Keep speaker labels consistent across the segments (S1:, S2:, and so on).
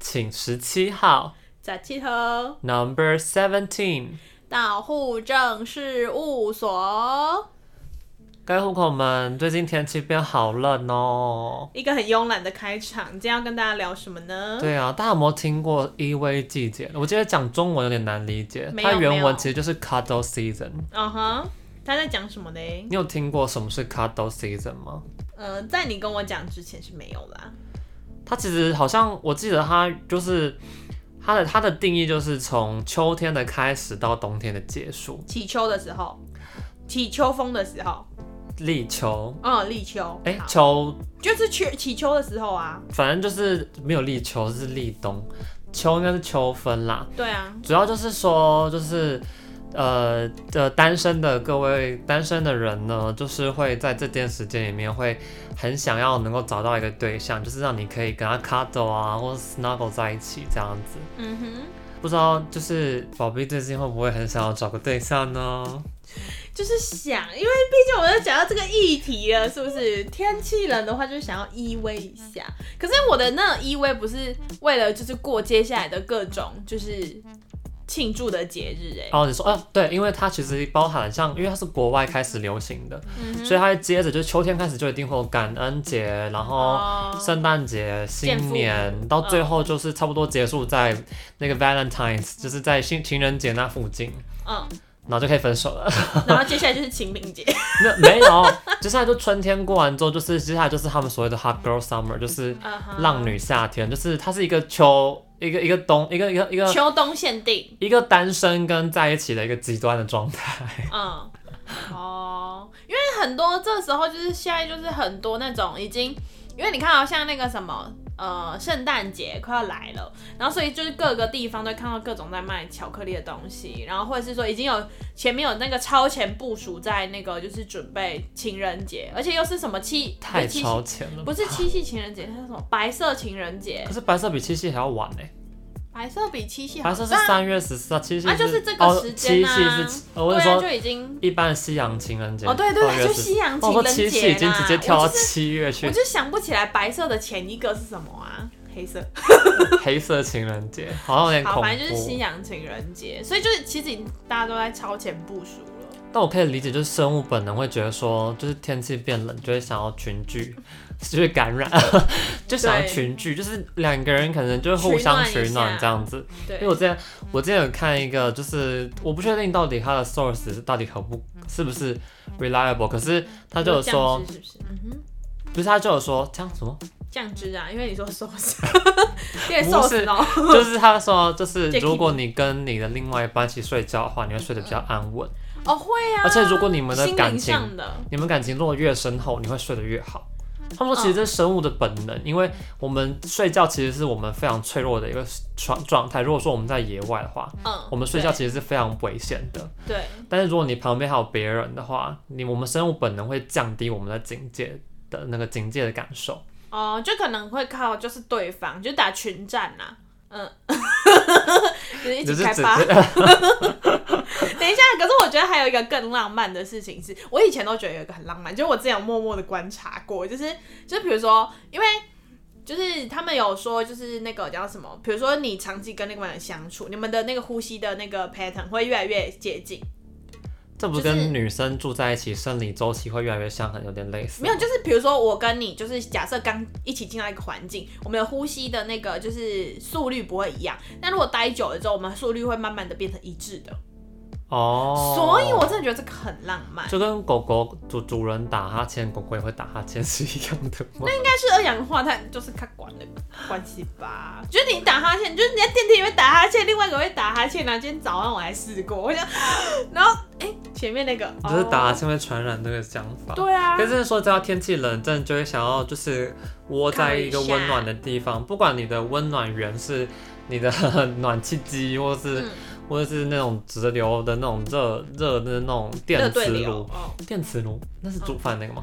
S1: 请十七号
S2: 假期头
S1: ，Number Seventeen。
S2: 到户政事务所，
S1: 各位户口们，最近天气变好冷哦。
S2: 一个很慵懒的开场。今天要跟大家聊什么呢？
S1: 对啊，大家有没有听过依偎季节？我觉得讲中文有点难理解，
S2: 没有
S1: 它原
S2: 没
S1: 文
S2: 有
S1: 其实就是 cuddle season。
S2: 嗯哼，他在讲什么呢？
S1: 你有听过什么是 cuddle season 吗？
S2: 呃，在你跟我讲之前是没有啦。
S1: 它其实好像我记得它就是它的它的定义就是从秋天的开始到冬天的结束，
S2: 起秋的时候，起秋风的时候，
S1: 立秋。
S2: 嗯，立秋，
S1: 哎、
S2: 好
S1: 秋，
S2: 就是秋起秋的时候啊。
S1: 反正就是没有立秋，是立冬。秋应该是秋分啦，
S2: 对啊，
S1: 主要就是说，就是呃呃，单身的各位单身的人呢，就是会在这段时间里面会很想要能够找到一个对象，就是让你可以跟他 cuddle 啊，或者 snuggle 在一起这样子。
S2: 嗯哼。
S1: 不知道就是宝贝最近会不会很想要找个对象呢？
S2: 就是想，因为毕竟我们都讲到这个议题了，是不是？天气冷的话，就是想要依偎一下。可是我的那种依偎不是为了就是过接下来的各种就是庆祝的节日、哎、
S1: 哦，你说，呃，对，因为它其实包含像，因为它是国外开始流行的，
S2: 嗯哼
S1: 所以它会接着就秋天开始就一定会有感恩节，然后
S2: 哦，
S1: 圣诞节、
S2: 见
S1: 新
S2: 父
S1: 年，
S2: 母
S1: 到最后就是差不多结束在那个 Valentine's，就是在新情人节那附近，
S2: 嗯，
S1: 然后就可以分手了。
S2: 然后接下来就是清明节，
S1: 那没有，接下来就春天过完之后，就是接下来就是他们所谓的 Hot Girl Summer，就是
S2: 嗯哼
S1: 浪女夏天，就是它是一个秋，一个一个冬，一个一个一个
S2: 秋冬限定，
S1: 一个单身跟在一起的一个极端的状态。
S2: 嗯，哦，因为很多这时候就是现在就是很多那种已经，因为你看好、像那个什么。呃，圣诞节快要来了，然后所以就是各个地方都会看到各种在卖巧克力的东西，然后或者是说已经有前面有那个超前部署在那个就是准备情人节，而且又是什么七不
S1: 太
S2: 是七夕
S1: 超前了吧，
S2: 不是七夕情人节，它是什么白色情人节
S1: 可？是白色比七夕还要晚呢、
S2: 白色比七夕好
S1: 白色是
S2: 但
S1: 三月十四，七夕
S2: 啊就是这个时间啊
S1: 哦七夕是，呃我
S2: 对
S1: 是
S2: 啊，
S1: 说
S2: 就已经
S1: 一般的西洋情人节
S2: 哦，对对
S1: 二
S2: 对，
S1: 月
S2: 就
S1: 十
S2: 西洋
S1: 哦
S2: 情
S1: 我说
S2: 人
S1: 七
S2: 节
S1: 夕
S2: 啦
S1: 已经直接跳
S2: 我
S1: 到
S2: 就是
S1: 七月
S2: 我
S1: 去，
S2: 就想不起来白色的前一个是什么啊，黑色。
S1: 黑色情人节好像有点恐
S2: 好，
S1: 怖。
S2: 反正就是西洋情人节，所以就是其实大家都在超前部署了。
S1: 但我可以理解，就是生物本能会觉得说，就是天气变冷就会想要群聚， 就是感染， 就想要
S2: 对
S1: 群聚，就是两个人可能就互
S2: 取
S1: 相
S2: 暖一
S1: 取暖
S2: 下
S1: 这样子。因为
S2: 对
S1: 我，之前我之前有看一个，就是我不确定到底它的 source 是到底合不
S2: 嗯
S1: 是不是 reliable，可是他就有说
S2: 酱，汁是不是？嗯哼，
S1: 不是他就有说这样什 么，
S2: 酱汁啊，因为你说寿 司，因为寿司哦，
S1: 就是他说就是
S2: 这个
S1: 如果你跟你的另外一半一起睡觉的话，你会睡得比较安稳。
S2: 哦会啊。
S1: 而且如果你们的
S2: 心
S1: 感
S2: 灵
S1: 情，
S2: 上的，
S1: 你们感情落得越深厚，你会睡得越好。他们说，其实
S2: 嗯
S1: 这是生物的本能，因为我们睡觉其实是我们非常脆弱的一个状状态。如果说我们在野外的话，
S2: 嗯，
S1: 我们睡觉其实是非常危险的。
S2: 对
S1: 但是如果你旁边还有别人的话，你我们生物本能会降低我们的警戒的那个警戒的感受。
S2: 哦，就可能会靠就是对方，就打群战啦。嗯， 就是一
S1: 只
S2: 起
S1: 是
S2: 开
S1: 只
S2: 发。
S1: 是
S2: 等一下，可是我觉得还有一个更浪漫的事情是，我以前都觉得有一个很浪漫，就是我之前有默默的观察过，就是就是比如说，因为就是他们有说，就是那个叫什么，比如说你长期跟那个人相处，你们的那个呼吸的那个 pattern 会越来越接近，
S1: 这不是
S2: 就是
S1: 跟女生住在一起，生理周期会越来越相很有点类似。
S2: 没有，就是比如说我跟你，就是假设刚一起进到一个环境，我们的呼吸的那个就是速率不会一样，但如果待久了之后，我们速率会慢慢的变成一致的，
S1: 哦，
S2: 所以我真的觉得这个很浪漫。
S1: 就跟狗狗主主人打哈欠，狗狗也会打哈欠是一样的吗？
S2: 应该是二氧化碳就是看管的关系吧，就是你打哈欠，就是你在电梯里面打哈欠，另外一个会打哈欠啊。今天早上我还试过，我想， 然后哎、前面那个
S1: 就是打哈
S2: 哦、
S1: 欠会传染这个想法。
S2: 对啊，
S1: 但是说，只要天气冷，真的就会想要就是窝在一个
S2: 靠一下
S1: 温暖的地方，不管你的温暖源是你的 暖气机，或是、
S2: 嗯
S1: 或者是那种直流的那种热热的那种
S2: 热
S1: 电磁
S2: 对流
S1: 炉，
S2: 哦，
S1: 电磁炉那是煮饭那个吗？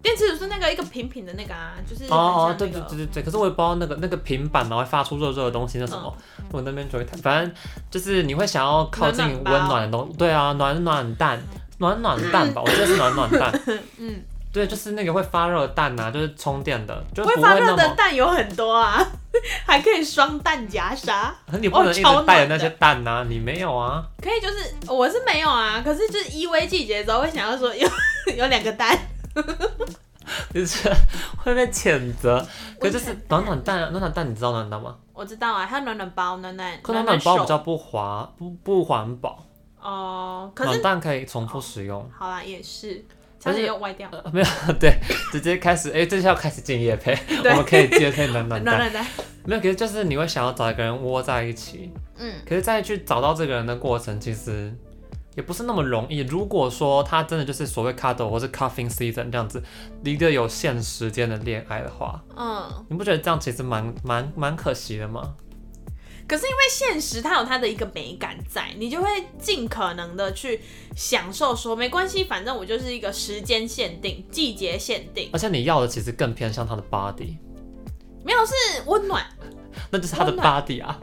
S2: 电磁炉是那个一个平平的那个啊，就是很
S1: 哦哦，
S2: 像
S1: 对
S2: 那
S1: 对
S2: 个
S1: 对对对。可是我也不知道那个那个平板然后会发出热热的东西那什么，我那边就会弹，反正就是你会想要靠近
S2: 嗯暖
S1: 温
S2: 暖包
S1: 暖的东，对啊，暖暖蛋，暖暖蛋吧，我记得是暖暖蛋。
S2: 嗯，
S1: 对，就是那个会发热的蛋呐、就是充电的，就
S2: 会
S1: 不
S2: 发
S1: 会
S2: 热
S1: 那
S2: 的
S1: 么，
S2: 蛋有很多啊， 还可以双蛋夹杀。
S1: 你不能一
S2: 哦超
S1: 直带着
S2: 暖
S1: 那些
S2: 的
S1: 蛋呐、你没有啊？
S2: 可以，就是我是没有啊，可是就是依偎季节的时候会想要说有 有两个蛋，
S1: 就是 会被谴责。可就是暖暖蛋啊，暖暖蛋你知道暖暖蛋吗？
S2: 我知道啊，还有暖暖包、暖暖
S1: 可暖
S2: 暖
S1: 暖包比
S2: 手
S1: 较不滑，不不环保，
S2: 哦、可
S1: 暖
S2: 是
S1: 蛋可以重复使用。
S2: 好啦，也是，差
S1: 但是
S2: 点又歪掉。
S1: 呃，没有，对，直接开始，哎、这下要开始进夜配，我们可以接配暖暖蛋。
S2: 暖暖蛋，
S1: 没有，可是就是你会想要找一个人窝在一起，
S2: 嗯，
S1: 可是再去找到这个人的过程，其实也不是那么容易。如果说他真的就是所谓 cuddle 或是 cuffing season 这样子，一个有限时间的恋爱的话，
S2: 嗯，
S1: 你不觉得这样其实蛮蛮蛮可惜的吗？
S2: 可是因为现实它有它的一个美感在，你就会尽可能的去享受说没关系，反正我就是一个时间限定、季节限定，
S1: 而且你要的其实更偏向他的 body，
S2: 没有是温暖，
S1: 那就是他的
S2: 温
S1: body 啊，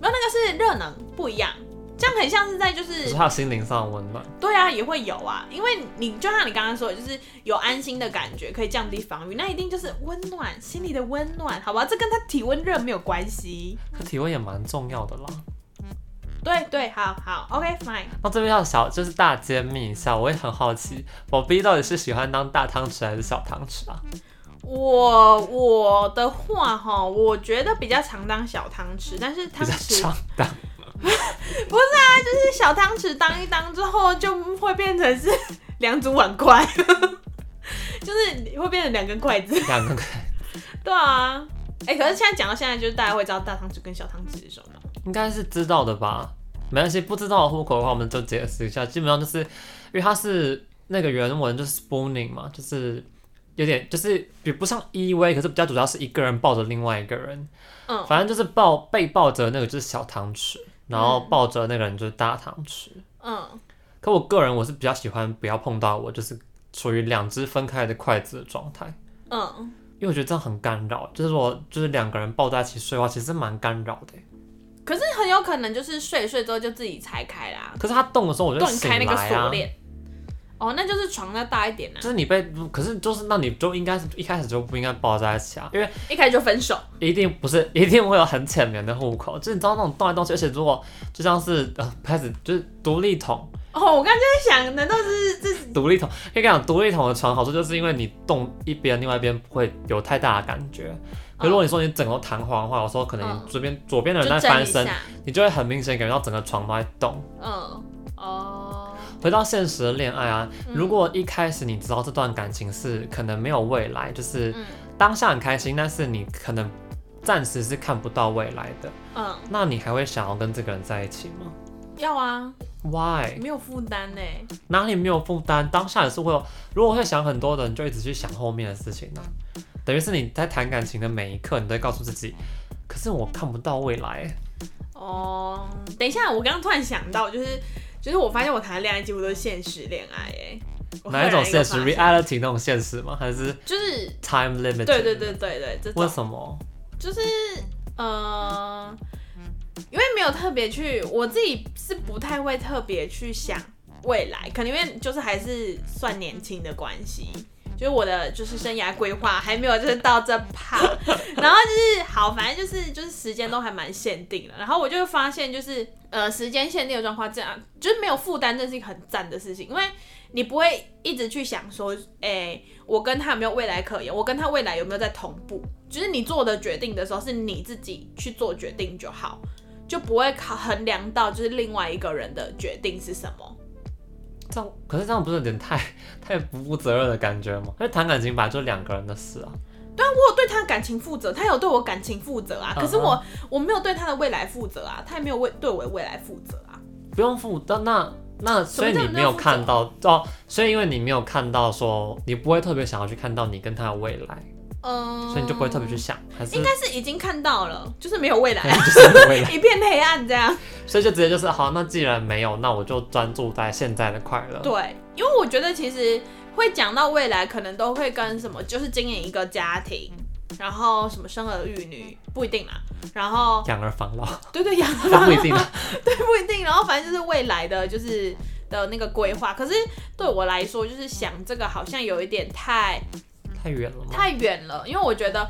S2: 没有那个是热能不一样，这样很像是在就是
S1: 就是他的心灵上的温暖。
S2: 对啊，也会有啊，因为你就像你刚刚说的，就是有安心的感觉，可以降低防御，那一定就是温暖，心里的温暖，好吧？这跟他体温热没有关系。
S1: 他体温也蛮重要的啦。
S2: 对对，好好，OK fine。
S1: 那这边要小就是大揭秘一下，我也很好奇，宝贝到底是喜欢当大汤匙还是小汤匙啊？
S2: 我我的话哈，我觉得比较常当小汤匙，但是
S1: 比
S2: 汤
S1: 较
S2: 匙
S1: 常当。
S2: 就是小汤匙当一当之后，就会变成是两组碗筷， 就是会变成两根筷子。
S1: 两个
S2: 对啊，哎、可是现在讲到现在，就是大家会知道大汤匙跟小汤匙是什么。
S1: 应该是知道的吧？没关系，不知道的户口的话，我们就解释一下。基本上就是，因为它是那个原文就是 spooning 嘛，就是有点就是比不上依偎，可是比较主要是一个人抱着另外一个人。
S2: 嗯
S1: 反正就是抱被抱着那个就是小汤匙，然后抱着那个人就是大汤匙。
S2: 嗯。
S1: 可我个人我是比较喜欢不要碰到我，就是处于两只分开的筷子的状态，
S2: 嗯，
S1: 因为我觉得这样很干扰。就是我就是两个人抱在一起睡的话，其实蛮干扰的。
S2: 可是很有可能就是睡一睡之后就自己拆开啦，
S1: 可是他动的时候我就
S2: 断
S1: 醒
S2: 开那个
S1: 来啊
S2: 锁。链。哦，那就是床再大一点啊啦、
S1: 就是你被，可是就是那你就应该是一开始就不应该抱在一起啊，因为
S2: 一开始就分手。
S1: 一定不是一定会有很浅眠的户口，就是你知道那种动来动去，而且如果就像是呃开始就是独立桶，
S2: 哦，我刚刚就在想，难道是这
S1: 独立桶，可以跟你讲独立桶的床好处就是因为你动一边，另外一边不会有太大的感觉。可如果你说你枕头弹簧的话，我说可能
S2: 嗯
S1: 你这边左边的人
S2: 就
S1: 在
S2: 整
S1: 翻
S2: 一
S1: 身，
S2: 下？
S1: 你就会很明显感觉到整个床都在动。
S2: 嗯，哦，
S1: 回到现实的恋爱啊，
S2: 嗯
S1: 如果一开始你知道这段感情是可能没有未来，就是
S2: 嗯
S1: 当下很开心，但是你可能暂时是看不到未来的，
S2: 嗯，
S1: 那你还会想要跟这个人在一起吗
S2: 要啊，
S1: ？Why？
S2: 没有负担呢。
S1: 哪里没有负担？当下也是会有，如果会想很多的，你就一直去想后面的事情呢、等于是你在谈感情的每一刻，你都会告诉自己，可是我看不到未来。欸
S2: 哦，等一下，我刚刚突然想到，就是就是我发现我谈的恋爱几乎都是现实恋爱哎，我
S1: 哪一种
S2: 忽然
S1: 现
S2: 个
S1: 实
S2: 发现
S1: ？reality 那种现实吗？还是
S2: 就是。
S1: time limit？
S2: 对对。对对对，这种
S1: 为什么？
S2: 就是呃，因为没有特别去，我自己是不太会特别去想未来，可能因为就是还是算年轻的关系。就是我的就是生涯规划还没有就是到这趴，然后就是好，反正就是就是时间都还蛮限定的。然后我就发现就是呃时间限定的状况这样，就是没有负担，这是一个很赞的事情，因为你不会一直去想说，哎、我跟他有没有未来可言，我跟他未来有没有在同步，就是你做的决定的时候是你自己去做决定就好，就不会考衡量到就是另外一个人的决定是什么。
S1: 这样可是这样不是有点太 太不负责任的感觉吗？因为谈感情本来就是两个人的事啊。
S2: 我有对他感情负责，他有对我感情负责啊，可是我我没有对他的未来负责啊，他也没有为对我的未来负责啊。
S1: 不用负担，那那所以你没有看到哦，所以因为你没有看到说，你不会特别想要去看到你跟他的未来，
S2: 嗯，
S1: 所以你就不会特别去，想，还是
S2: 应该是已经看到了，就是没有未 来，
S1: 就是没有未来，
S2: 一片黑暗这样。
S1: 所以就直接就是好，那既然没有，那我就专注在现在的快乐。
S2: 对，因为我觉得其实会讲到未来，可能都会跟什么，就是经营一个家庭，然后什么生儿育女，不一定啦。然后
S1: 养儿防老，
S2: 对对养
S1: 那
S2: 老
S1: 不一定啊。
S2: 对不一定，然后反正就是未来的就是。的那个规划。可是对我来说，就是想这个好像有一点太
S1: 太远了吗？
S2: 太远了，因为我觉得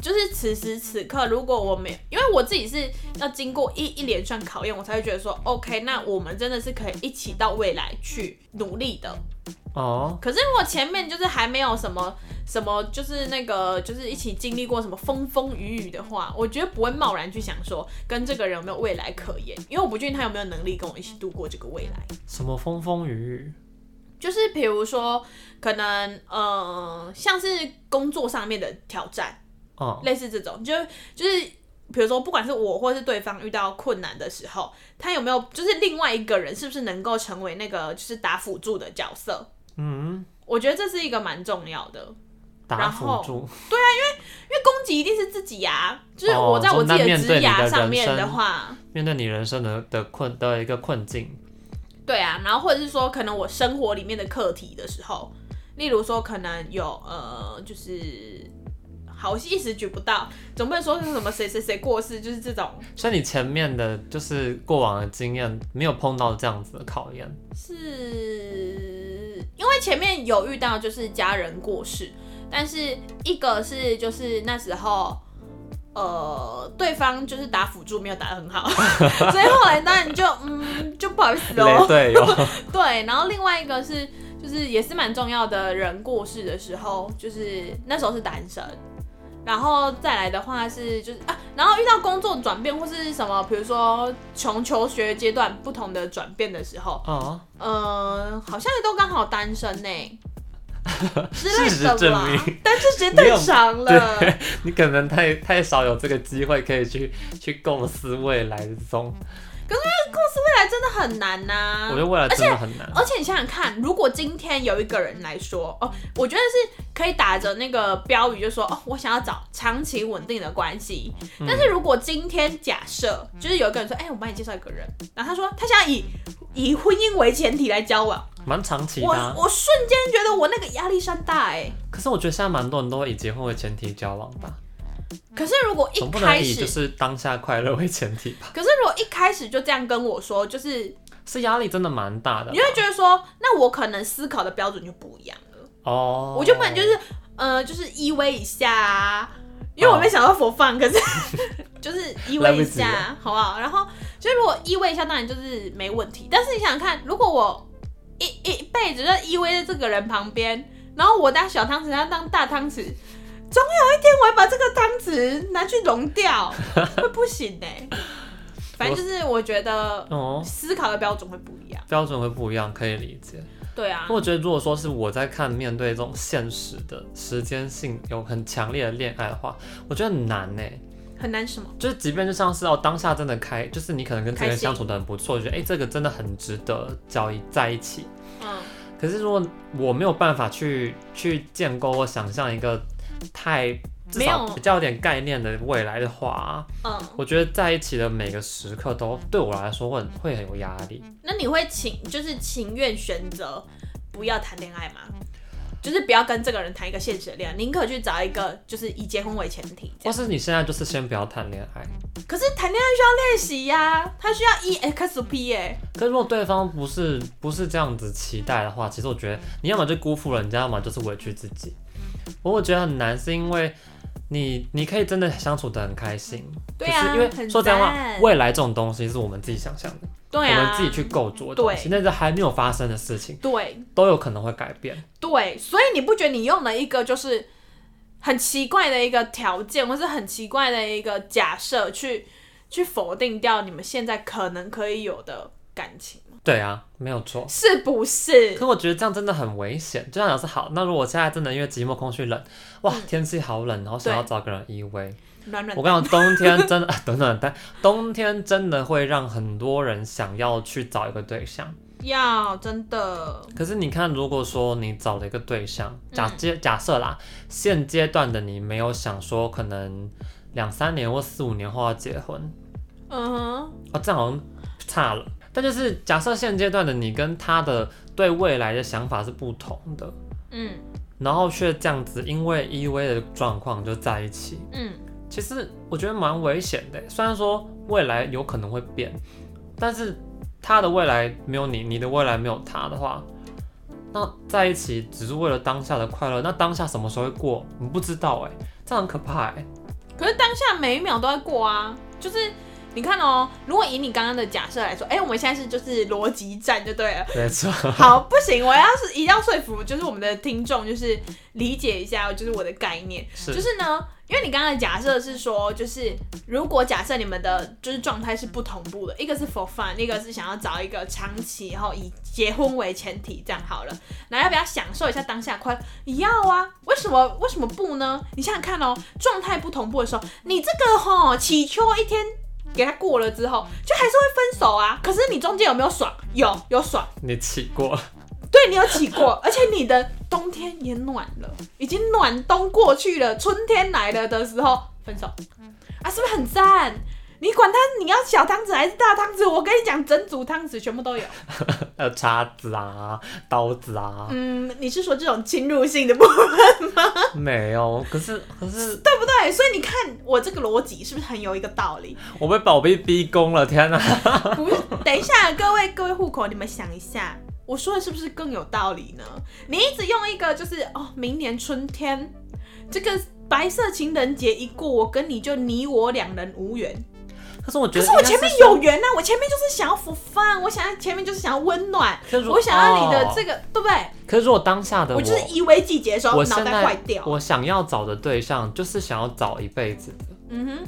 S2: 就是此时此刻，如果我没，因为我自己是要经过一一连串考验，我才会觉得说，OK，那我们真的是可以一起到未来去努力的。
S1: 哦，
S2: 可是如果前面就是还没有什么什么，就是那个就是一起经历过什么风风雨雨的话，我觉得不会贸然去想说跟这个人有没有未来可言，因为我不确定他有没有能力跟我一起度过这个未来。
S1: 什么风风雨雨？
S2: 就是比如说，可能呃，像是工作上面的挑战，
S1: 哦，
S2: 类似这种，就就是比如说，不管是我或是对方遇到困难的时候，他有没有就是另外一个人是不是能够成为那个就是打辅助的角色？
S1: 嗯，
S2: 我觉得这是一个蛮重要的，因
S1: 打
S2: 然
S1: 辅
S2: 后
S1: 助，
S2: 为攻击一定是自己呀、啊就是
S1: 哦
S2: 我在我自己的职
S1: 那面对你的
S2: 涯
S1: 人
S2: 上面的
S1: 生
S2: 话，
S1: 面对你人生的的困的一个困境。
S2: 对啊，然后或者是说，可能我生活里面的课题的时候，例如说，可能有呃，就是好我一时举不到，总不能说是什么谁谁谁过世，就是这种
S1: 所以你前面的就是过往的经验，没有碰到这样子的考验。
S2: 是因为前面有遇到就是家人过世，但是一个是就是那时候。呃，对方就是打辅助没有打得很好， 所以后来当然就嗯就不好意思喽、
S1: 雷队友，
S2: 对，然后另外一个是，就是也是蛮重要的人过世的时候，就是那时候是单身，然后再来的话是就是啊，然后遇到工作转变或是什么，比如说从求学阶段不同的转变的时候，
S1: 哦，
S2: 嗯、好像都刚好单身呢、之
S1: 事
S2: 类
S1: 实
S2: 的
S1: 证
S2: 吧
S1: 明，
S2: 但是时间
S1: 没
S2: 太
S1: 有
S2: 长了。
S1: 你可能太太少有这个机会可以去去构思未来的这种，
S2: 嗯未来真的很难啊呐、
S1: 我觉得未来真的很难。
S2: 而且你想想看，如果今天有一个人来说，哦，我觉得是可以打着那个标语，就说哦，我想要找长期稳定的关系。但是如果今天假设就是有一个人说，哎、我帮你介绍一个人，然后他说他想要以以婚姻为前提来交往，
S1: 蛮长期的
S2: 我
S1: 啊、
S2: 我瞬间觉得我那个压力山大哎、
S1: 可是我觉得现在蛮多人都会以结婚为前提交往吧，
S2: 可是如果一
S1: 总不能
S2: 开
S1: 以就
S2: 始，
S1: 是当下快乐为前提吧？
S2: 可是如果一开始就这样跟我说，就是
S1: 是压力真的蛮大的
S2: 你会觉得说，那我可能思考的标准就不一样了。
S1: 哦。
S2: 我就本来就是呃，就是依偎一下、啊，因为我没想到佛 放，可是就是依
S1: 哦来
S2: 偎
S1: 不
S2: 一
S1: 及了
S2: 下，啊好不好？然后就是如果依偎一下，当然就是没问题。但是你想想看，如果我一一辈子就依偎在这个人旁边，然后我当小汤匙，他当大汤匙。总有一天我会把这个汤匙拿去融掉，会不行呢、反正就是我觉得
S1: 哦，
S2: 思考的标准会不一样。
S1: 标准会不一样，可以理解。
S2: 对啊，
S1: 我觉得，如果说是我在看面对这种现实的时间性有很强烈的恋爱的话，我觉得很难呢、欸
S2: 很难什么。
S1: 就是即便就像是哦，当下真的开，就是你可能跟这个
S2: 开
S1: 人
S2: 心
S1: 相处的很不错，觉得哎、诶这个真的很值得交易在一起。
S2: 嗯，
S1: 可是如果我没有办法去去建构或想象一个太至
S2: 没
S1: 少
S2: 有
S1: 比较有点概念的未来的话，
S2: 嗯，
S1: 我觉得在一起的每个时刻都对我来说会很会很有压力。
S2: 那你会情就是情愿选择不要谈恋爱吗？就是不要跟这个人谈一个现实的恋爱，宁可去找一个就是以结婚为前提
S1: 或
S2: 这样。
S1: 是你现在就是先不要谈恋爱，
S2: 可是谈恋爱需要练习呀，他需要 EXP 哎、
S1: 可是如果对方不是不是这样子期待的话，其实我觉得你要么就辜负人家，要么就是委屈自己。我会觉得很难，是因为你你可以真的相处得很开心，
S2: 对啊
S1: 可是因为
S2: 很
S1: 说真话，
S2: 赞
S1: 未来这种东西是我们自己想象的，
S2: 对
S1: 我
S2: 啊，
S1: 们自己去构筑的东西，那是还没有发生的事情，
S2: 对
S1: 都有可能会改变。
S2: 对，所以你不觉得你用了一个就是很奇怪的一个条件，或是很奇怪的一个假设去去否定掉你们现在可能可以有的感情，
S1: 对啊，没有错。
S2: 是不是？
S1: 可我觉得这样真的很危险。就像老师好，那如果我现在真的因为寂寞、空虚、冷，哇，
S2: 嗯
S1: 天气好冷，然后想要
S2: 对
S1: 找个人依偎，
S2: 暖暖
S1: 我跟你讲，冬天真的 等等，但冬天真的会让很多人想要去找一个对象。
S2: 要真的，
S1: 可是你看，如果说你找了一个对象，假
S2: 嗯
S1: 阶假设啦，现阶段的你没有想说可能两三年或四五年后要结婚，
S2: 嗯哼。
S1: 哦，这样好像差了。但就是假设现阶段的你跟他的对未来的想法是不同的，
S2: 嗯
S1: 然后却这样子因为依偎的状况就在一起，
S2: 嗯，
S1: 其欸实我觉得蛮危险的。虽然说未来有可能会变，但是他的未来没有你，你的未来没有他的话，那在一起只是为了当下的快乐，那当下什么时候会过，你不知道哎、这样很可怕哎、
S2: 可是当下每一秒都在过啊，就是你看哦，如果以你刚刚的假设来说，哎、我们现在是就是逻辑战就对了。
S1: 没错，
S2: 好，不行，我要是一定要说服，就是我们的听众，就是理解一下，就是我的概念，
S1: 是
S2: 就是呢，因为你刚刚的假设是说，就是如果假设你们的就是状态是不同步的，一个是 for fun，一个是想要找一个长期，然后以结婚为前提，这样好了，然后要不要享受一下当下快乐？你要啊，为什么为什么不呢？你想想看哦，状态不同步的时候，你这个吼祈求一天。给他过了之后，就还是会分手啊。可是你中间有没有爽？有，有爽。
S1: 你起过，
S2: 对你有起过， 而且你的冬天也暖了，已经暖冬过去了，春天来了的时候分手，啊，是不是很赞？你管他你要小汤匙还是大汤匙，我跟你讲，整组汤匙全部都有。
S1: 呃，叉子啊，刀子啊，
S2: 嗯，你是说这种侵入性的部分，
S1: 没有，可是可是
S2: 对不对？所以你看我这个逻辑是不是很有一个道理？
S1: 我被宝贝逼宫了，天哪、
S2: 不是，等一下，各位各位户口，你们想一下，我说的是不是更有道理呢？你一直用一个就是哦，明年春天这个白色情人节一过，我跟你就你我两人无缘。
S1: 可是我觉
S2: 可
S1: 得，
S2: 是我前面有，缘啊呐、我前面就是想要福分，我想要前面就是想要温暖，
S1: 可是如
S2: 我想要你的这
S1: 哦
S2: 个，对不对？
S1: 可是如果当下的
S2: 我就是依偎季节的时候
S1: 我
S2: 脑
S1: 现
S2: 袋坏
S1: 在
S2: 掉。
S1: 我想要找的对象就是想要找一辈子的，
S2: 嗯哼，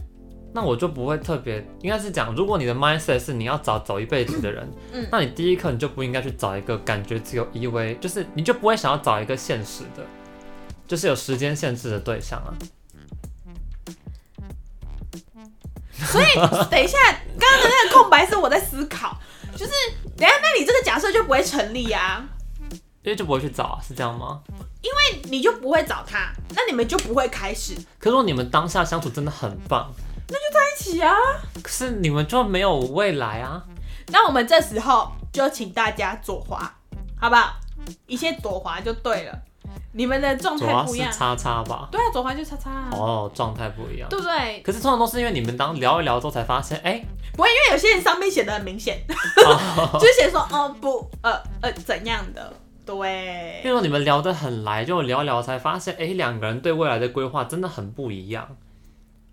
S1: 那我就不会特别，应该是讲，如果你的 mindset 是你要找走一辈子的人，
S2: 嗯
S1: 那你第一刻你就不应该去找一个感觉只有依偎，就是你就不会想要找一个现实的，就是有时间限制的对象啊。
S2: 所以等一下，刚刚的那个空白是我在思考，就是等一下，那你这个假设就不会成立啊。
S1: 因为就不会去找、啊，是这样吗？
S2: 你就不会找他，那你们就不会开始在
S1: 可是如果你们当下相处真的很棒，
S2: 一起啊。
S1: 可是你们就没有未来啊！
S2: 那我们这时候就请大家左滑，好不好？一切左滑就对了，你们的状
S1: 主
S2: 态
S1: 要
S2: 不
S1: 是
S2: 一样。
S1: 叉叉吧，
S2: 对啊，左滑就叉叉、啊，
S1: 哦，状态不一样。
S2: 对不对？
S1: 可是通常都是因为你们当聊一聊之后才发现，哎、
S2: 不会，因为有些人上面写的很明 显，
S1: 哦，
S2: 就写说哦不，呃呃怎样的，对
S1: 因为你们聊得很来，就聊一聊才发现，哎、两个人对未来的规划真的很不一样。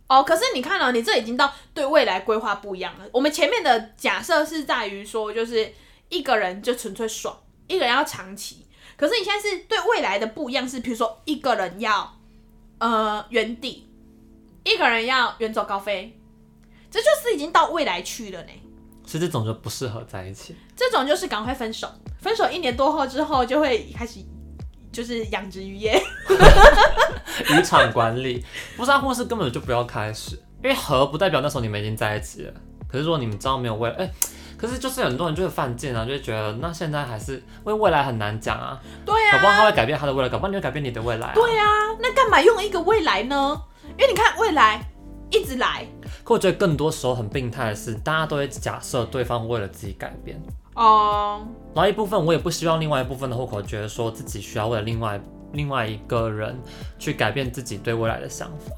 S2: 哦，可是你看哦，你这已经到对未来规划不一样了。我们前面的假设是在于说，就是一个人就纯粹爽，一个人要长期。可是你现在是对未来的不一样是，比如说一个人要呃原地，一个人要远走高飞，这就是已经到未来去了呢。
S1: 所以这种就不适合在一 起。
S2: 这种就是赶快分手，分手一年多后之后就会开始就是养殖渔 业。
S1: 渔场管理，不是啊，或是根本就不要开始，因为和不代表那时候你们已经在一起了。可是如果你们知道没有未来，哎、可是就是很多人就会犯贱啊，就会觉得那现在还是因为未来很难讲啊，
S2: 对
S1: 搞
S2: 啊，
S1: 不好他会改变他的未来，搞不好你会改变你的未来、啊。
S2: 对啊，那干嘛用一个未来呢？因为你看未来一直来，
S1: 可我觉得更多时候很病态的是，大家都会假设对方为了自己改变。
S2: 哦、
S1: 然后一部分我也不希望另外一部分的户口觉得说自己需要为了另外另外一个人去改变自己对未来的想法。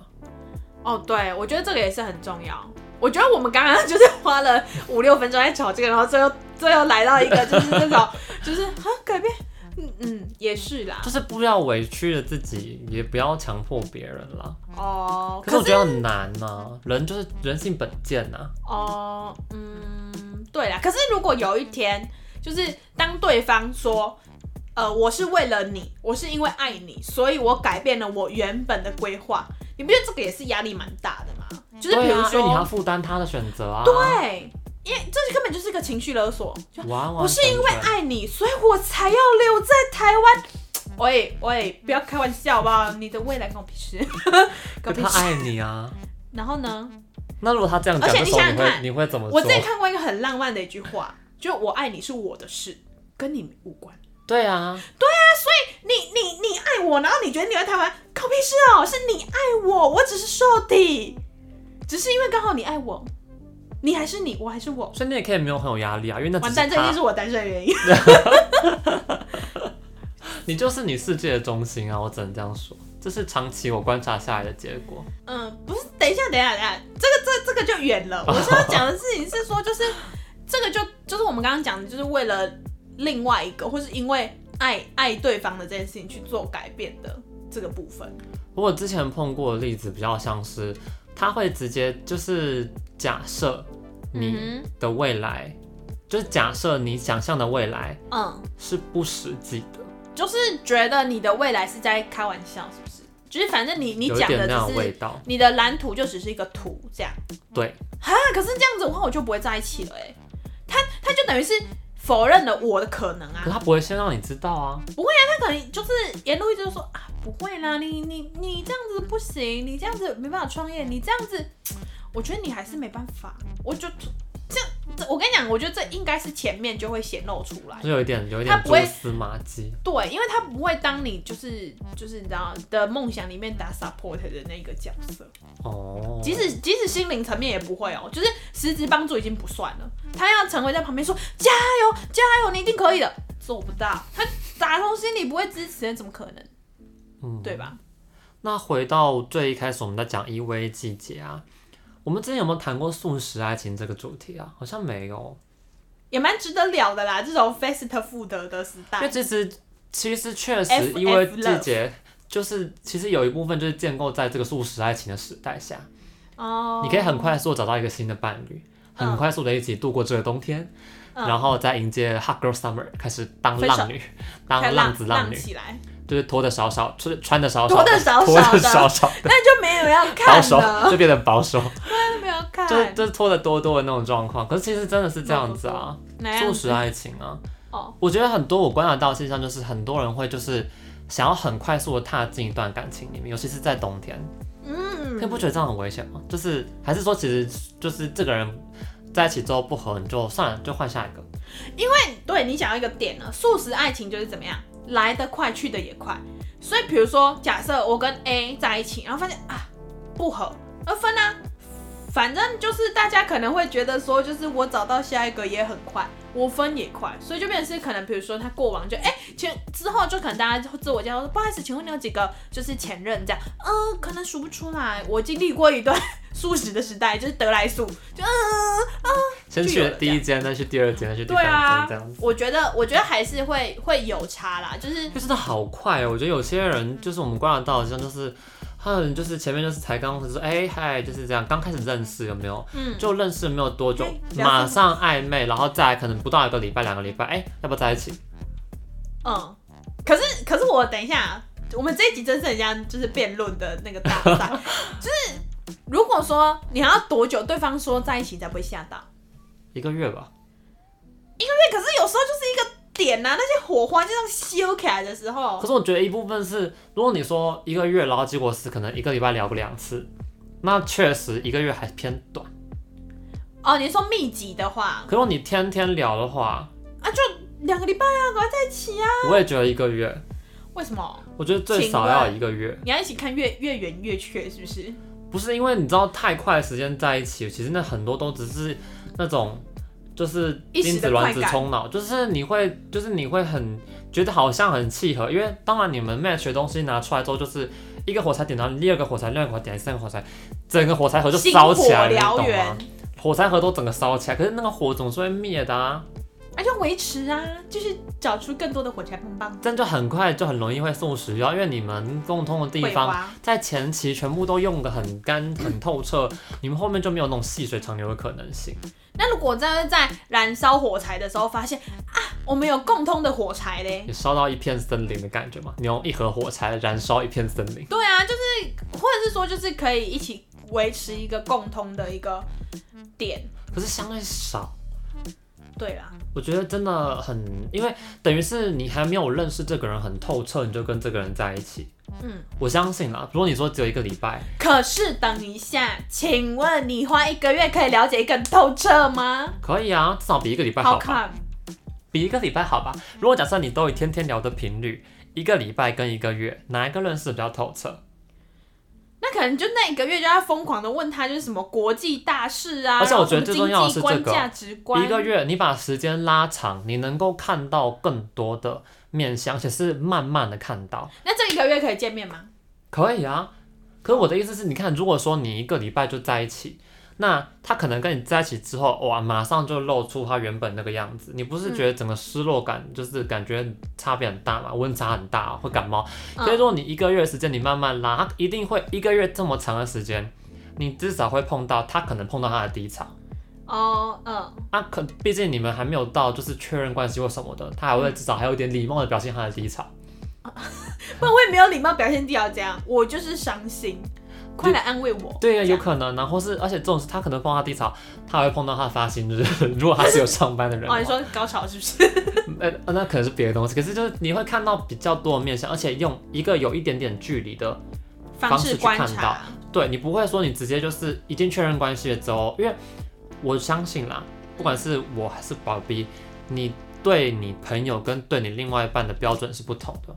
S2: 哦，对，我觉得这个也是很重要。我觉得我们刚刚就是花了五六分钟在吵这个，然后最后最后来到一个就是这种，就是啊改变，嗯嗯，也是啦
S1: 就。是不要委屈了自己，也不要强迫别人啦。
S2: 哦，
S1: 可是我觉得很难呐、人就是人性本贱啊呐、
S2: 哦，嗯，对啦。可是如果有一天，就是当对方说，呃，我是为了你，我是因为爱你，所以我改变了我原本的规划，你不觉得这个也是压力蛮大的吗？就是比
S1: 对
S2: 如
S1: 啊，因为你还要
S2: 说，
S1: 负担他的选择啊。
S2: 对，因为这根本就是一个情绪勒索，就
S1: 完完
S2: 我是因为爱你，所以我才要留在台湾。喂喂，不要开玩笑好不好？你的未来跟我屁事，
S1: 可
S2: 跟我屁
S1: 他
S2: 事。
S1: 爱你啊。
S2: 然后呢，
S1: 那如果他这样讲
S2: 而且
S1: 的
S2: 你
S1: 时候，
S2: 想
S1: 你
S2: 想
S1: 会
S2: 看
S1: 你会怎么
S2: 我
S1: 做
S2: 之？前看过一个很浪漫的一句话，就我爱你是我的事，跟你无关。
S1: 对啊，
S2: 你你你爱我，然后你觉得你在台湾，靠屁事哦，是你爱我，我只是受体，只是因为刚好你爱我，你还是你，我还是我。
S1: 所以你也可以没有很有压力啊，因为那只
S2: 完
S1: 是
S2: 蛋，这一定
S1: 他，
S2: 是我单身的原因。
S1: 你就是你世界的中心啊，我只能这样说。这是长期我观察下来的结果。
S2: 嗯，不是，等一下，等一下，等一下，这个这这个就远了。我是要讲的事情是说，就是这个就就是我们刚刚讲的，就是为了另外一个，或是因为爱爱对方的这件事情去做改变的这个部分。
S1: 我之前碰过的例子比较像是，他会直接就是假设你
S2: 嗯
S1: 的未来，就是假设你想象的未来
S2: 哼嗯，
S1: 是不实际的，
S2: 就是觉得你的未来是在开玩笑，是不是？就是反正你你
S1: 有一
S2: 讲
S1: 点
S2: 的
S1: 那种
S2: 只
S1: 味
S2: 是
S1: 道。
S2: 你的蓝图就只是一个图这样。
S1: 对，
S2: 哈，可是这样子的话，我就不会在一起了哎、他他就等于是否认了我的可能啊
S1: 可。他不会先让你知道啊。
S2: 他可能就是沿路一直就说啊，不会啦，你你你这样子不行，你这样子没办法创业，你这样子，我觉得你还是没办法。我就这样，这我跟你讲，我觉得这应该是前面就会显露出来
S1: 就。有一点有一
S2: 他
S1: 点
S2: 不
S1: 蛛
S2: 会
S1: 丝马迹。
S2: 对，因为他不会当你就是就是你知道的梦想里面打 support 的那个角色，
S1: 哦，
S2: 即使即使心灵层面也不会哦，就是实质帮助已经不算了，他要成为在旁边说加油加油，你一定可以的，做不到，他打从心里不会支持，怎么可能？
S1: 嗯
S2: 对吧？
S1: 那回到最一开始我们在讲依偎季节啊，我们之前有没有谈过素食爱情这个主题啊？好像没有，
S2: 也蛮值得聊的啦，这种 fast food 的时
S1: 因为
S2: 代。
S1: 其实其实确实
S2: FF
S1: 依偎季节。就是其实有一部分就是建构在这个素食爱情的时代下，
S2: 哦
S1: 你可以很，快速地找到一个新的伴侣，
S2: 嗯
S1: 很快速的一起度过这个冬天，
S2: 嗯
S1: 然后再迎接 hot girl summer，开始当
S2: 分手
S1: 浪女，
S2: 开
S1: 当浪子
S2: 浪
S1: 浪女，
S2: 起来，
S1: 就是脱的少少，穿穿的少少，
S2: 脱得 少少的
S1: 脱得少少的，
S2: 那就没有要看
S1: 保守
S2: 的，
S1: 就变得保守，
S2: 就没有要看。
S1: 就是就是拖得多多的那种状况。可是其实真的是这样子啊，
S2: 哪样
S1: 素
S2: 子
S1: 食爱情啊，
S2: 哦，
S1: 我觉得很多我观察到的现象就是很多人会就是想要很快速的踏进一段感情里面，尤其是在冬天，
S2: 嗯
S1: 可你，不觉得这样很危险吗？就是还是说其实就是这个人。在一起之后不合，你就算了，就换下一个。
S2: 对你想要一个点呢，素食爱情就是怎么样，来得快，去得也快。所以比如说，假设我跟 A 在一起，然后发现啊不合，那分啊。反正就是大家可能会觉得说，就是我找到下一个也很快，我分也快，所以就变成是可能，比如说他过往就哎、前之后就可能大家就自我介绍说，不好意思，请问你有几个就是前任这样？嗯，可能数不出来，我经历过一段 素食的时代，就是得来速，就嗯啊
S1: 先
S2: 就
S1: 去
S2: 有了
S1: 第一间，再去第二间，再去第
S2: 对
S1: 三间，
S2: 啊
S1: 这样子。，
S2: 我觉得我觉得还是会会有差啦，就是
S1: 就真的好快哦！我觉得有些人就是我们观察到，好像就是他可能就是前面就是才刚就是哎嗨就是这样，刚开始认识有没有？
S2: 嗯，
S1: 就认识没有多久
S2: 哎，聊
S1: 马上暧昧，然后再来可能不到一个礼拜、两个礼拜，哎、要不要在一起？
S2: 嗯，可是可是我等一下，我们这一集真是很像就是辩论的那个大赛， 就是如果说你还要多久对方说在一起才不会吓到？
S1: 一个月吧。
S2: 对，可是有时候就是一个点呐、那些火花就这样修起来的时候
S1: 可，是我觉得一部分是，如果你说一个月，然后结果是可能一个礼拜聊个两次，那确实一个月还偏短。
S2: 哦，你说密集的话
S1: 可如果你天天聊的话，
S2: 啊，就两个礼拜啊，赶快在一起啊？
S1: 我也觉得一个月，
S2: 为什么？
S1: 我觉得最少要有一个月。
S2: 你要一起看越越圆越缺是不是？
S1: 不是因为你知道太快的时间在一起，其实那很多都只是那种就是
S2: 一时的
S1: 精子卵子
S2: 快感
S1: 冲脑，就是你会就是你会很觉得好像很契合，因为当然你们 match 的东西拿出来之后，就是一个火柴点燃第二个火柴，另外一个火柴点，第三个火柴，整个火柴盒就
S2: 星
S1: 烧
S2: 火
S1: 起来了，你
S2: 燎
S1: 懂
S2: 原
S1: 吗？，火柴盒都整个烧起来，可是那个火总是会灭的啊，
S2: 啊，就维持啊，就是找出更多的火柴棒棒。
S1: 这样就很快就很容易会送死掉，因为你们共通的地
S2: 桂
S1: 方
S2: 花
S1: 在前期全部都用的很干很透彻，你们后面就没有那种细水长流的可能性。
S2: 那如果真的在燃烧火柴的时候发现啊，我们有共通的火柴嘞，
S1: 你烧到一片森林的感觉嘛？你用一盒火柴燃烧一片森林，
S2: 对啊，就是或者是说就是可以一起维持一个共通的一个点，
S1: 可是相对少。
S2: 对啦，
S1: 我觉得真的很，因为等于是你还没有认识这个人很透彻，你就跟这个人在一起。
S2: 嗯。
S1: 我相信啦，如果你说只有一个礼拜，
S2: 可是等一下，请问你花一个月可以了解更透彻吗？
S1: 可以啊，至少比一个礼拜好
S2: 好
S1: 吧，
S2: 看，
S1: 比一个礼拜好吧。如果假设你都有天天聊的频率，一个礼拜跟一个月，哪一个认识比较透彻？
S2: 那可能就那一个月就要疯狂的问他，就是什么国际大事啊，
S1: 而且我觉得最
S2: 然后什么
S1: 重要的是这个
S2: 经济观、价值观，
S1: 一个月你把时间拉长，你能够看到更多的面相，而且是慢慢的看到。
S2: 那这一个月可以见面吗？
S1: 可以啊，可是我的意思是，你看，如果说你一个礼拜就在一起，那他可能跟你在一起之后，哇，马上就露出他原本那个样子，你不是觉得整个失落感就是感觉差别很大嘛，温差很大，会感冒。所以
S2: 嗯
S1: 说你一个月的时间你慢慢拉，他啊一定会一个月这么长的时间，你至少会碰到他可能碰到他的低潮。
S2: 哦，嗯，
S1: 啊，可毕竟你们还没有到就是确认关系或什么的，他还会至少还有一点礼貌的表现他的低潮。
S2: 不然我也没有礼貌表现掉这样，我就是伤心，快来安慰我。
S1: 对呀，
S2: 这
S1: 有
S2: 样
S1: 可能啊，或是而且这种事他可能碰到低潮，他还会碰到他的发薪日，就是如果他是有上班的人的话，
S2: 哦，你说高潮是不是？
S1: 呃、呃那可能是别的东西，可是就是你会看到比较多的面相，而且用一个有一点点距离的，方式
S2: 式
S1: 去
S2: 观
S1: 看到
S2: 察，
S1: 对你不会说你直接就是已经确认关系了之后，因为我相信啦，不管是我还是宝碧，你对你朋友跟对你另外一半的标准是不同的，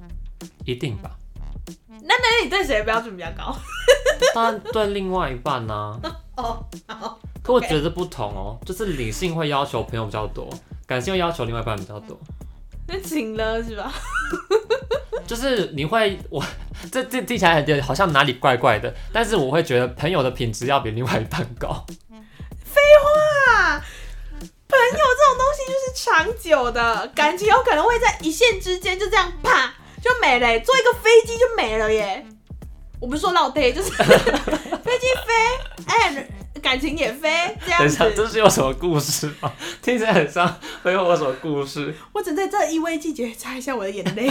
S1: 一定吧？
S2: 那 你对谁的标准比较高？
S1: 当然对另外一半呢、
S2: 哦，
S1: 可我觉得不同哦，就是理性会要求朋友比较多，感性会要求另外一半比较多。
S2: 那请了是吧？
S1: 就是你会我 这这听起来很好像哪里怪怪的，但是我会觉得朋友的品质要比另外一半高。
S2: 啊，朋友这种东西就是长久的，感情有可能会在一线之间就这样啪就没了耶、坐一个飞机就没了耶。我不是说老爹，就是 飞机飞，哎、感情也飞，这
S1: 等
S2: 样
S1: 一下，
S2: 子。
S1: 这是有什么故事吗？听起来很像会有什么故事，
S2: 我只能在这一微季节擦一下我的眼 泪。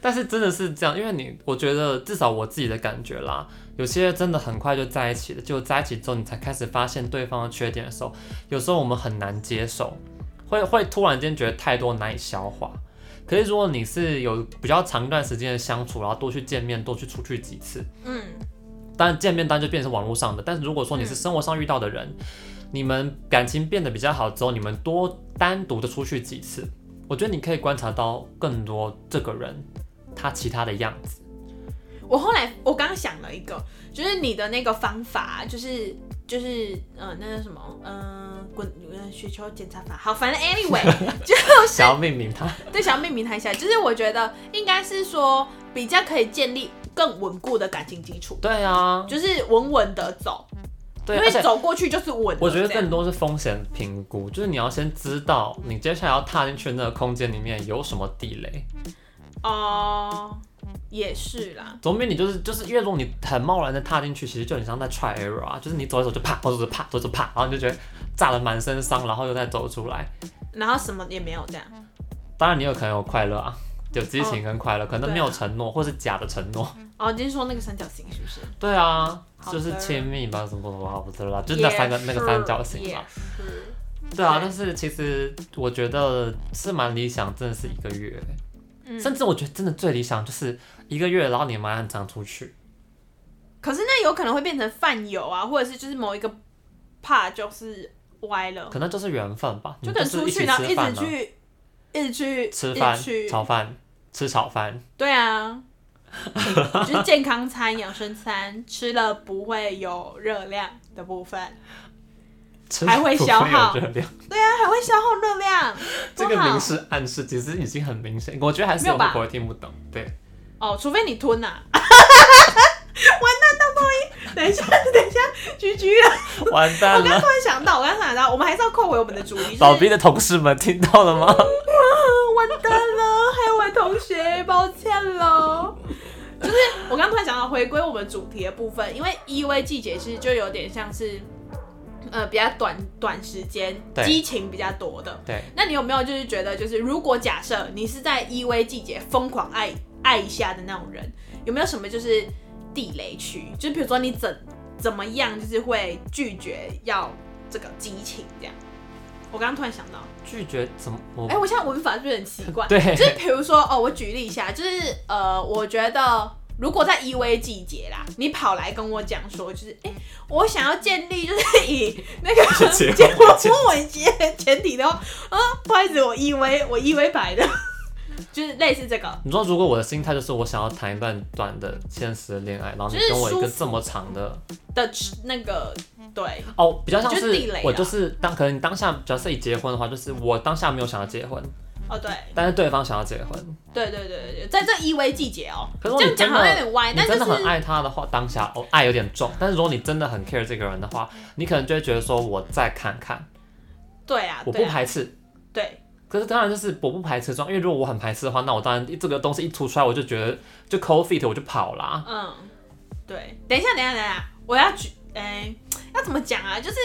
S1: 但是真的是这样，因为你我觉得至少我自己的感觉啦，有些真的很快就在一起了，就在一起之后你才开始发现对方的缺点的时候，有时候我们很难接受，会会突然间觉得太多难以消化。可是如果你是有比较长一段时间的相处，然后多去见面，多去出去几次，
S2: 嗯，
S1: 当然见面单就变成网络上的，但是如果说你是生活上遇到的人，你们感情变得比较好之后，你们多单独的出去几次，我觉得你可以观察到更多这个人他其他的样子。
S2: 我后来我刚刚想了一个，就是你的那个方法，就是就是嗯、呃那叫什么，嗯、滚呃雪球检查法。好，反正 anyway，
S1: 想要命名他，
S2: 对，想要命名它一下，就是我觉得应该是说比较可以建立更稳固的感情基础，
S1: 对啊，
S2: 就是稳稳的走，因
S1: 对，而
S2: 为
S1: 且
S2: 走过去就是稳的这样。
S1: 我觉得更多是风险评估，就是你要先知道你接下来要踏进去的那个空间里面有什么地雷，
S2: 哦、也是啦，
S1: 总比你就是就是因为如果你很贸然的踏进去，其实就很像在 try error 啊，就是你走一走就啪，走一走就啪，走一走就啪，然后你就觉得炸得满身伤，然后又再走出来。
S2: 然后什么也没有这样。
S1: 当然，你有可能有快乐啊，有激情跟快乐，可能
S2: 哦对啊
S1: 没有承诺，或是假的承诺。
S2: 哦，就是说那个三角形是不是？
S1: 对啊，
S2: 好的
S1: 就是亲密吧，什么什么，不知道啦，就是那三个
S2: 也
S1: 那
S2: 是
S1: 个三角形
S2: 也
S1: 嘛。
S2: 是
S1: 对啊，
S2: 对
S1: 但是其实我觉得是蛮理想，真的是一个月，
S2: 嗯
S1: 甚至我觉得真的最理想就是一个月，然后你们还很常出去。
S2: 可是那有可能会变成饭友啊，或者是就是某一个怕就是歪了，
S1: 可能就是缘分吧，
S2: 哦就
S1: 你
S2: 可
S1: 们
S2: 能
S1: 是
S2: 出
S1: 一起
S2: 去然后一
S1: 吃饭
S2: 直
S1: 呢、
S2: 去，一直去
S1: 吃
S2: 一
S1: 饭
S2: 直去、
S1: 炒饭、吃炒饭，
S2: 对啊，就是健康餐、养生餐，吃了不会有热量的部分，
S1: 吃
S2: 还会
S1: 不
S2: 消耗
S1: 有热量。
S2: 它啊还会消耗热量，
S1: 这个
S2: 多好
S1: 明示暗示其实已经很明显，我觉得还是
S2: 没有
S1: 有
S2: 吧
S1: 会听不懂。对，
S2: 哦，除非你吞 呐、啊。完蛋，大爆音！等一下，等一下，居居了。
S1: 完蛋
S2: 我刚
S1: 了
S2: 突。然想到，我刚突然想到，我们还是要扣回我们的主题。
S1: 老
S2: 就是
S1: 兵的同事们听到了吗？
S2: 完蛋了，还有我同学，抱歉喽。就是我刚突然想到回归我们主题的部分，因为依偎季节其实就有点像是，呃，比较短短时间，
S1: 对
S2: 激情比较多的。
S1: 对，
S2: 那你有没有就是觉得，就是如果假设你是在依偎季节疯狂爱爱一下的那种人，有没有什么就是地雷区？就比如说你怎怎么样，就是会拒绝要这个激情这样。我刚刚突然想到，
S1: 拒绝怎么我
S2: 哎、我现在文法是不是很奇 怪？
S1: 对
S2: 就是比如说哦，我举例一下，就是呃，我觉得如果在依偎季节啦，你跑来跟我讲说，就是哎、我想要建立就是以那个
S1: 结婚
S2: 结婚为前前提的话，啊，不好意思，我依偎我依偎白的， 就是类似这个，
S1: 你说，如果我的心态就是我想要谈一段短的现实的恋爱，然后你
S2: 就是
S1: 跟我一
S2: 舒
S1: 个
S2: 服
S1: 这么长的
S2: 的那个对，
S1: 哦，比较像
S2: 就是是地雷啊
S1: 我就是当可能你当下，假设你结婚的话，就是我当下没有想要结婚，
S2: 哦，对，
S1: 但是对方想要结婚，
S2: 对对对对对，在这依偎季节哦，
S1: 可是如
S2: 这
S1: 果你
S2: 样讲好像有点歪，
S1: 你
S2: 哎但就
S1: 真
S2: 是
S1: 的很爱他的话，当下哦爱有点重，但是如果你真的很 care 这个人的话，你可能就会觉得说我再看看，
S2: 对啊，
S1: 我
S2: 对
S1: 不
S2: 啊
S1: 排斥。
S2: 对，
S1: 可是当然就是我不排斥装，因为如果我很排斥的话，那我当然这个东西一出出来，我就觉得就 cold feet 我就跑啦。
S2: 嗯，对，等一下，等一下，等一下，我要举，哎、要怎么讲啊？就是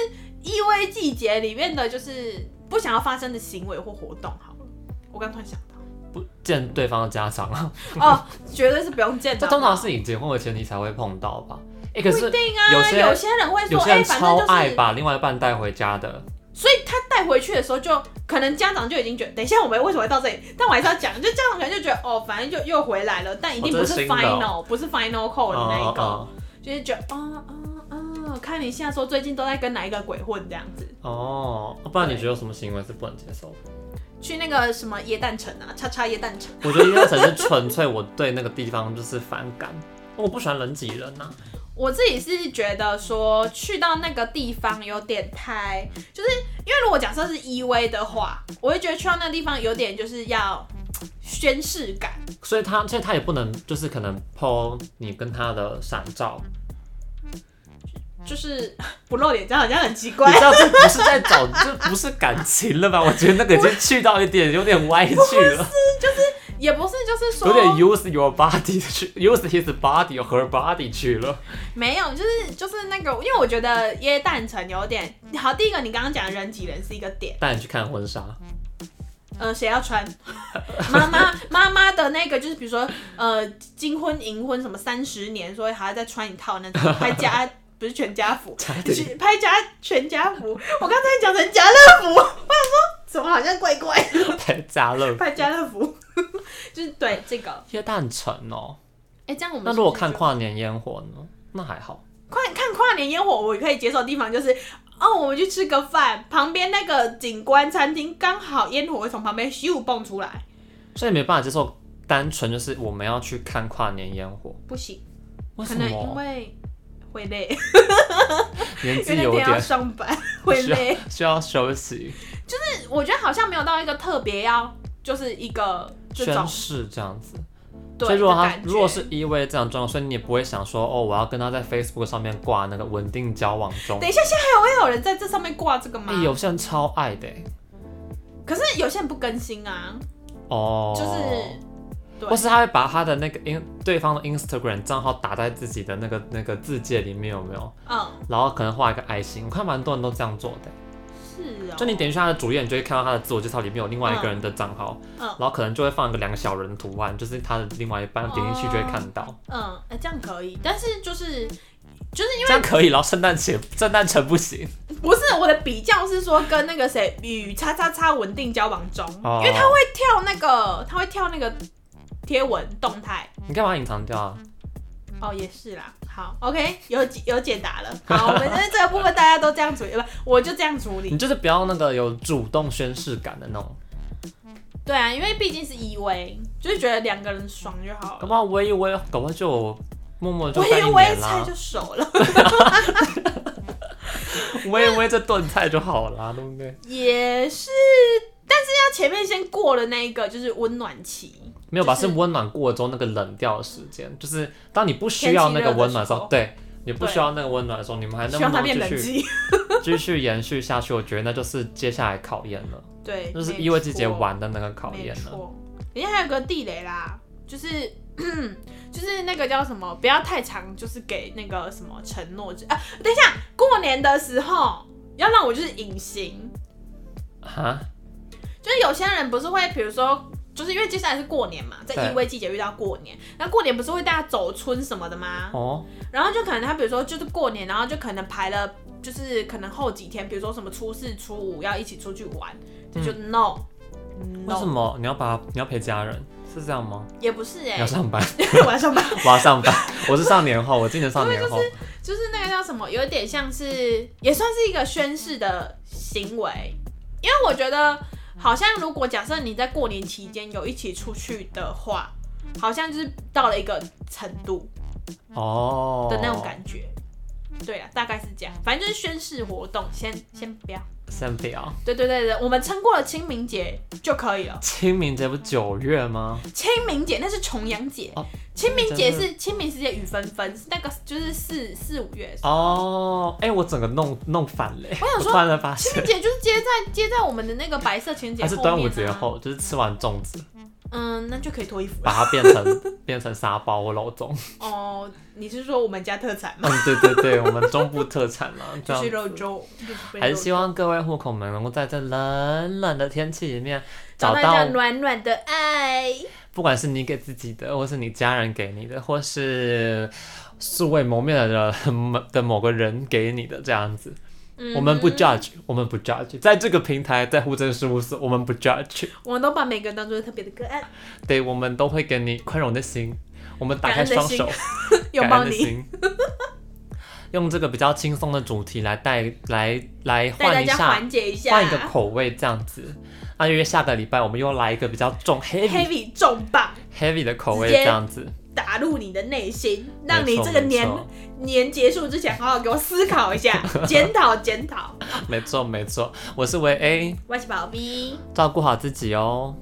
S2: 依偎季节里面的，就是不想要发生的行为或活动，好了，我刚突然想到，
S1: 不见对方的家长了。
S2: 哦，绝对是不用见
S1: 这
S2: 的，
S1: 通常是你结婚的前提才会碰到吧？哎、可
S2: 不
S1: 是
S2: 一定啊，
S1: 有
S2: 有
S1: 些
S2: 人会说，
S1: 有些
S2: 哎、
S1: 人
S2: 反正
S1: 超
S2: 就
S1: 爱
S2: 是，
S1: 把另外一半带回家的，
S2: 所以他带回去的时候就，可能家长就已经觉得，等一下我们为什么会到这里？但我还是要讲，就家长可能就觉得，哦，反正就又回来了，但一定
S1: 哦
S2: 不
S1: 这
S2: 是
S1: 是新的
S2: final，、
S1: 哦
S2: 不是 final call 的那一个，
S1: 哦
S2: 就是觉得，啊啊啊，看一下说最近都在跟哪一个鬼混这样子。
S1: 哦，哦不然你觉得有什么行为是不能接受的？
S2: 去那个什么椰蛋城啊，叉叉椰蛋城。
S1: 我觉得应该只是纯粹我对那个地方就是反感，哦我不喜欢人挤人啊呐、
S2: 我自己是觉得说去到那个地方有点太，就是因为如果假设是依偎的话，我会觉得去到那地方有点就是要宣誓感。
S1: 所以他，所以他也不能就是可能 po 你跟他的闪照，
S2: 就是不露脸，这样好像很奇
S1: 你
S2: 怪
S1: 知。道这不是在找，这不是感情了吧？我觉得那个已经去到一点有点歪去了，
S2: 也不是，就是说
S1: 有点 use your body 去 use his body or her body 去了。
S2: 没有，就是就是那个，因为我觉得椰蛋城有点好。第一个，你刚刚讲人挤人是一个点，
S1: 带你去看婚纱，
S2: 呃，谁要穿？ 妈妈妈妈的那个就是，比如说呃，金婚银婚什么三十年，所以还要再穿一套那种拍家不是全家福，
S1: 差点
S2: 去拍家全家福。我刚才讲成家乐福，我想说怎么好像怪怪的，
S1: 太加了。
S2: 拍家乐福 就是对这个。
S1: 耶诞城哦，
S2: 哎、这样我们
S1: 那如果
S2: 是不是
S1: 看
S2: 就
S1: 跨年烟火呢？那还好，
S2: 看看跨年烟火，我可以接受的地方就是，哦，我们去吃个饭，旁边那个景观餐厅刚好烟火会从旁边咻蹦出来，
S1: 所以没办法接受。单纯就是我们要去看跨年烟火，
S2: 不行，
S1: 为
S2: 可
S1: 什
S2: 能因
S1: 么？
S2: 为会累，
S1: 年
S2: 因为
S1: 纪
S2: 那
S1: 有
S2: 天要
S1: 点
S2: 上班 会
S1: 需
S2: 累。
S1: 要需要休息，
S2: 我觉得好像没有到一个特别要，就是一个这
S1: 宣
S2: 种
S1: 誓这样子。
S2: 对
S1: 所以如果
S2: 的
S1: 他
S2: 感觉
S1: 如果是依偎这样状况，所以你也不会想说哦，我要跟他在 Facebook 上面挂那个稳定交往中。
S2: 等一下，现在还会有人在这上面挂这个吗？
S1: 哎、有些人超爱的欸
S2: 可是有些人不更新啊，
S1: 哦，
S2: 就是对
S1: 或是他会把他的那个 in 对方的 Instagram 账号打在自己的那个那个字界里面有没有？
S2: 嗯
S1: 然后可能画一个爱心，我看蛮多人都这样做的欸。
S2: 是哦，
S1: 就你点进去他的主页，你就会看到他的自我介绍里面有另外一个人的账号，
S2: 嗯
S1: 然后可能就会放一个两个小人图案，就是他的另外一半，点进去就会看到。
S2: 嗯、哎这样可以，但是就是
S1: 这样可以，然后圣诞节圣诞城不行。
S2: 不是我的比较是说跟那个谁与叉叉叉稳定交往中，
S1: 哦
S2: 因为他会跳那个，他会跳那个贴文动态。
S1: 你干嘛隐藏掉啊？
S2: 哦，也是啦。好，OK，有解有解答了。好，我们 在这个部分大家都这样处理，不，我就这样处理
S1: 你。就是不要那个有主动宣誓感的那种，
S2: 对啊，因为毕竟是依偎，就是觉得两个人爽就好
S1: 搞
S2: 了。
S1: 不好微一微，搞不好就有默默就
S2: 我
S1: 在
S2: 以
S1: 一
S2: 为
S1: 年
S2: 菜
S1: 啦，
S2: 就熟了，
S1: 微一微这炖菜就好啦，对不对？
S2: 也是，但是要前面先过了那一个就是温暖期。
S1: 没有吧？
S2: 就是
S1: 是温暖过了之后那个冷掉的时间，就是当你不需要那个温暖的时候，对你不需要那个温暖的时候，你们还
S2: 希
S1: 能
S2: 望
S1: 不
S2: 它
S1: 能
S2: 变冷
S1: 继续
S2: 机，
S1: 继续延续下去？我觉得那就是接下来考验了，
S2: 对，
S1: 就是
S2: 没
S1: 依偎季节
S2: 错
S1: 玩的那个考验
S2: 没
S1: 了。
S2: 错，人家还有个地雷啦，就是 就是那个叫什么，不要太长，就是给那个什么承诺之啊。等一下，过年的时候要让我就是隐形，
S1: 哈，
S2: 就是有些人不是会，比如说。就是因为接下来是过年嘛，在
S1: 对
S2: 依偎季节遇到过年，那过年不是会大家走村什么的吗？
S1: 哦，
S2: 然后就可能他比如说就是过年，然后就可能排了，就是可能后几天，比如说什么初四、初五要一起出去玩，这就 no，,
S1: 嗯为什
S2: no
S1: 么你要把你要陪家人？是这样吗？
S2: 也不是哎、
S1: 你要上班，
S2: 我 要上班。
S1: 我要上班， 我是上年后，我今年上年后。
S2: 就是那个叫什么，有点像是也算是一个宣誓的行为，因为我觉得好像如果假设你在过年期间有一起出去的话，好像就是到了一个程度
S1: 哦嗯
S2: 的那种感觉。对啊，大概是这样，反正就是宣誓活动，先先不要，
S1: 觉。先不要。
S2: 对对对对，我们撑过了清明节就可以了。
S1: 清明节不九月吗？
S2: 清明节那是重阳节，
S1: 哦
S2: 清明节
S1: 真的
S2: 是清明时节雨纷纷，是那个就是四四五月。
S1: 哦，哎、我整个弄弄反了、
S2: 我想
S1: 我
S2: 说
S1: 突然发
S2: 清
S1: 现
S2: 明，节就是接在接在我们的那个白色情人节
S1: 还是
S2: 后
S1: 端
S2: 面
S1: 午
S2: 啊
S1: 节，后，就是吃完粽子，
S2: 嗯，那就可以脱衣服了。
S1: 把它变 成变成沙包或肉粽。
S2: 哦，你是说我们家特产吗？
S1: 嗯，对对对，我们中部特产 嘛，这
S2: 嗯就
S1: 样
S2: 是肉粥，就是
S1: 还
S2: 被
S1: 是
S2: 肉
S1: 希望各位户口们能够在这冷冷的天气里面找
S2: 找到一下
S1: 到，
S2: 暖暖的爱。
S1: 不管是你给自己的，或是你家人给你的，或是素未谋面的人 的某个人给你的这样子。
S2: 嗯
S1: 我们不 judge，我们不 judge，在这个平台，在户政事务所，我们不 judge，
S2: 我们都把每个人当做特别的个案，
S1: 对我们都会给你宽容的心，我们打开
S2: 感恩的
S1: 双
S2: 心
S1: 手，
S2: 拥
S1: 感
S2: 抱
S1: 恩的
S2: 你，
S1: 心。 用这个比较轻松的主题来带来来
S2: 带
S1: 换
S2: 大
S1: 一
S2: 家
S1: 下
S2: 缓解一啊下。
S1: 换一个口味这样子。那因为下个礼拜我们又来一个比较重 heavy
S2: heavy 重磅
S1: heavy 的口味
S2: 直接
S1: 这样子，
S2: 打入你的内心，
S1: 没
S2: 让你
S1: 错
S2: 这个
S1: 没
S2: 年
S1: 错
S2: 年结束之前好好给我思考一 下，检讨检讨。
S1: 没错没错，我是维 A，
S2: 我是宝贝，
S1: 照顾好自己哦，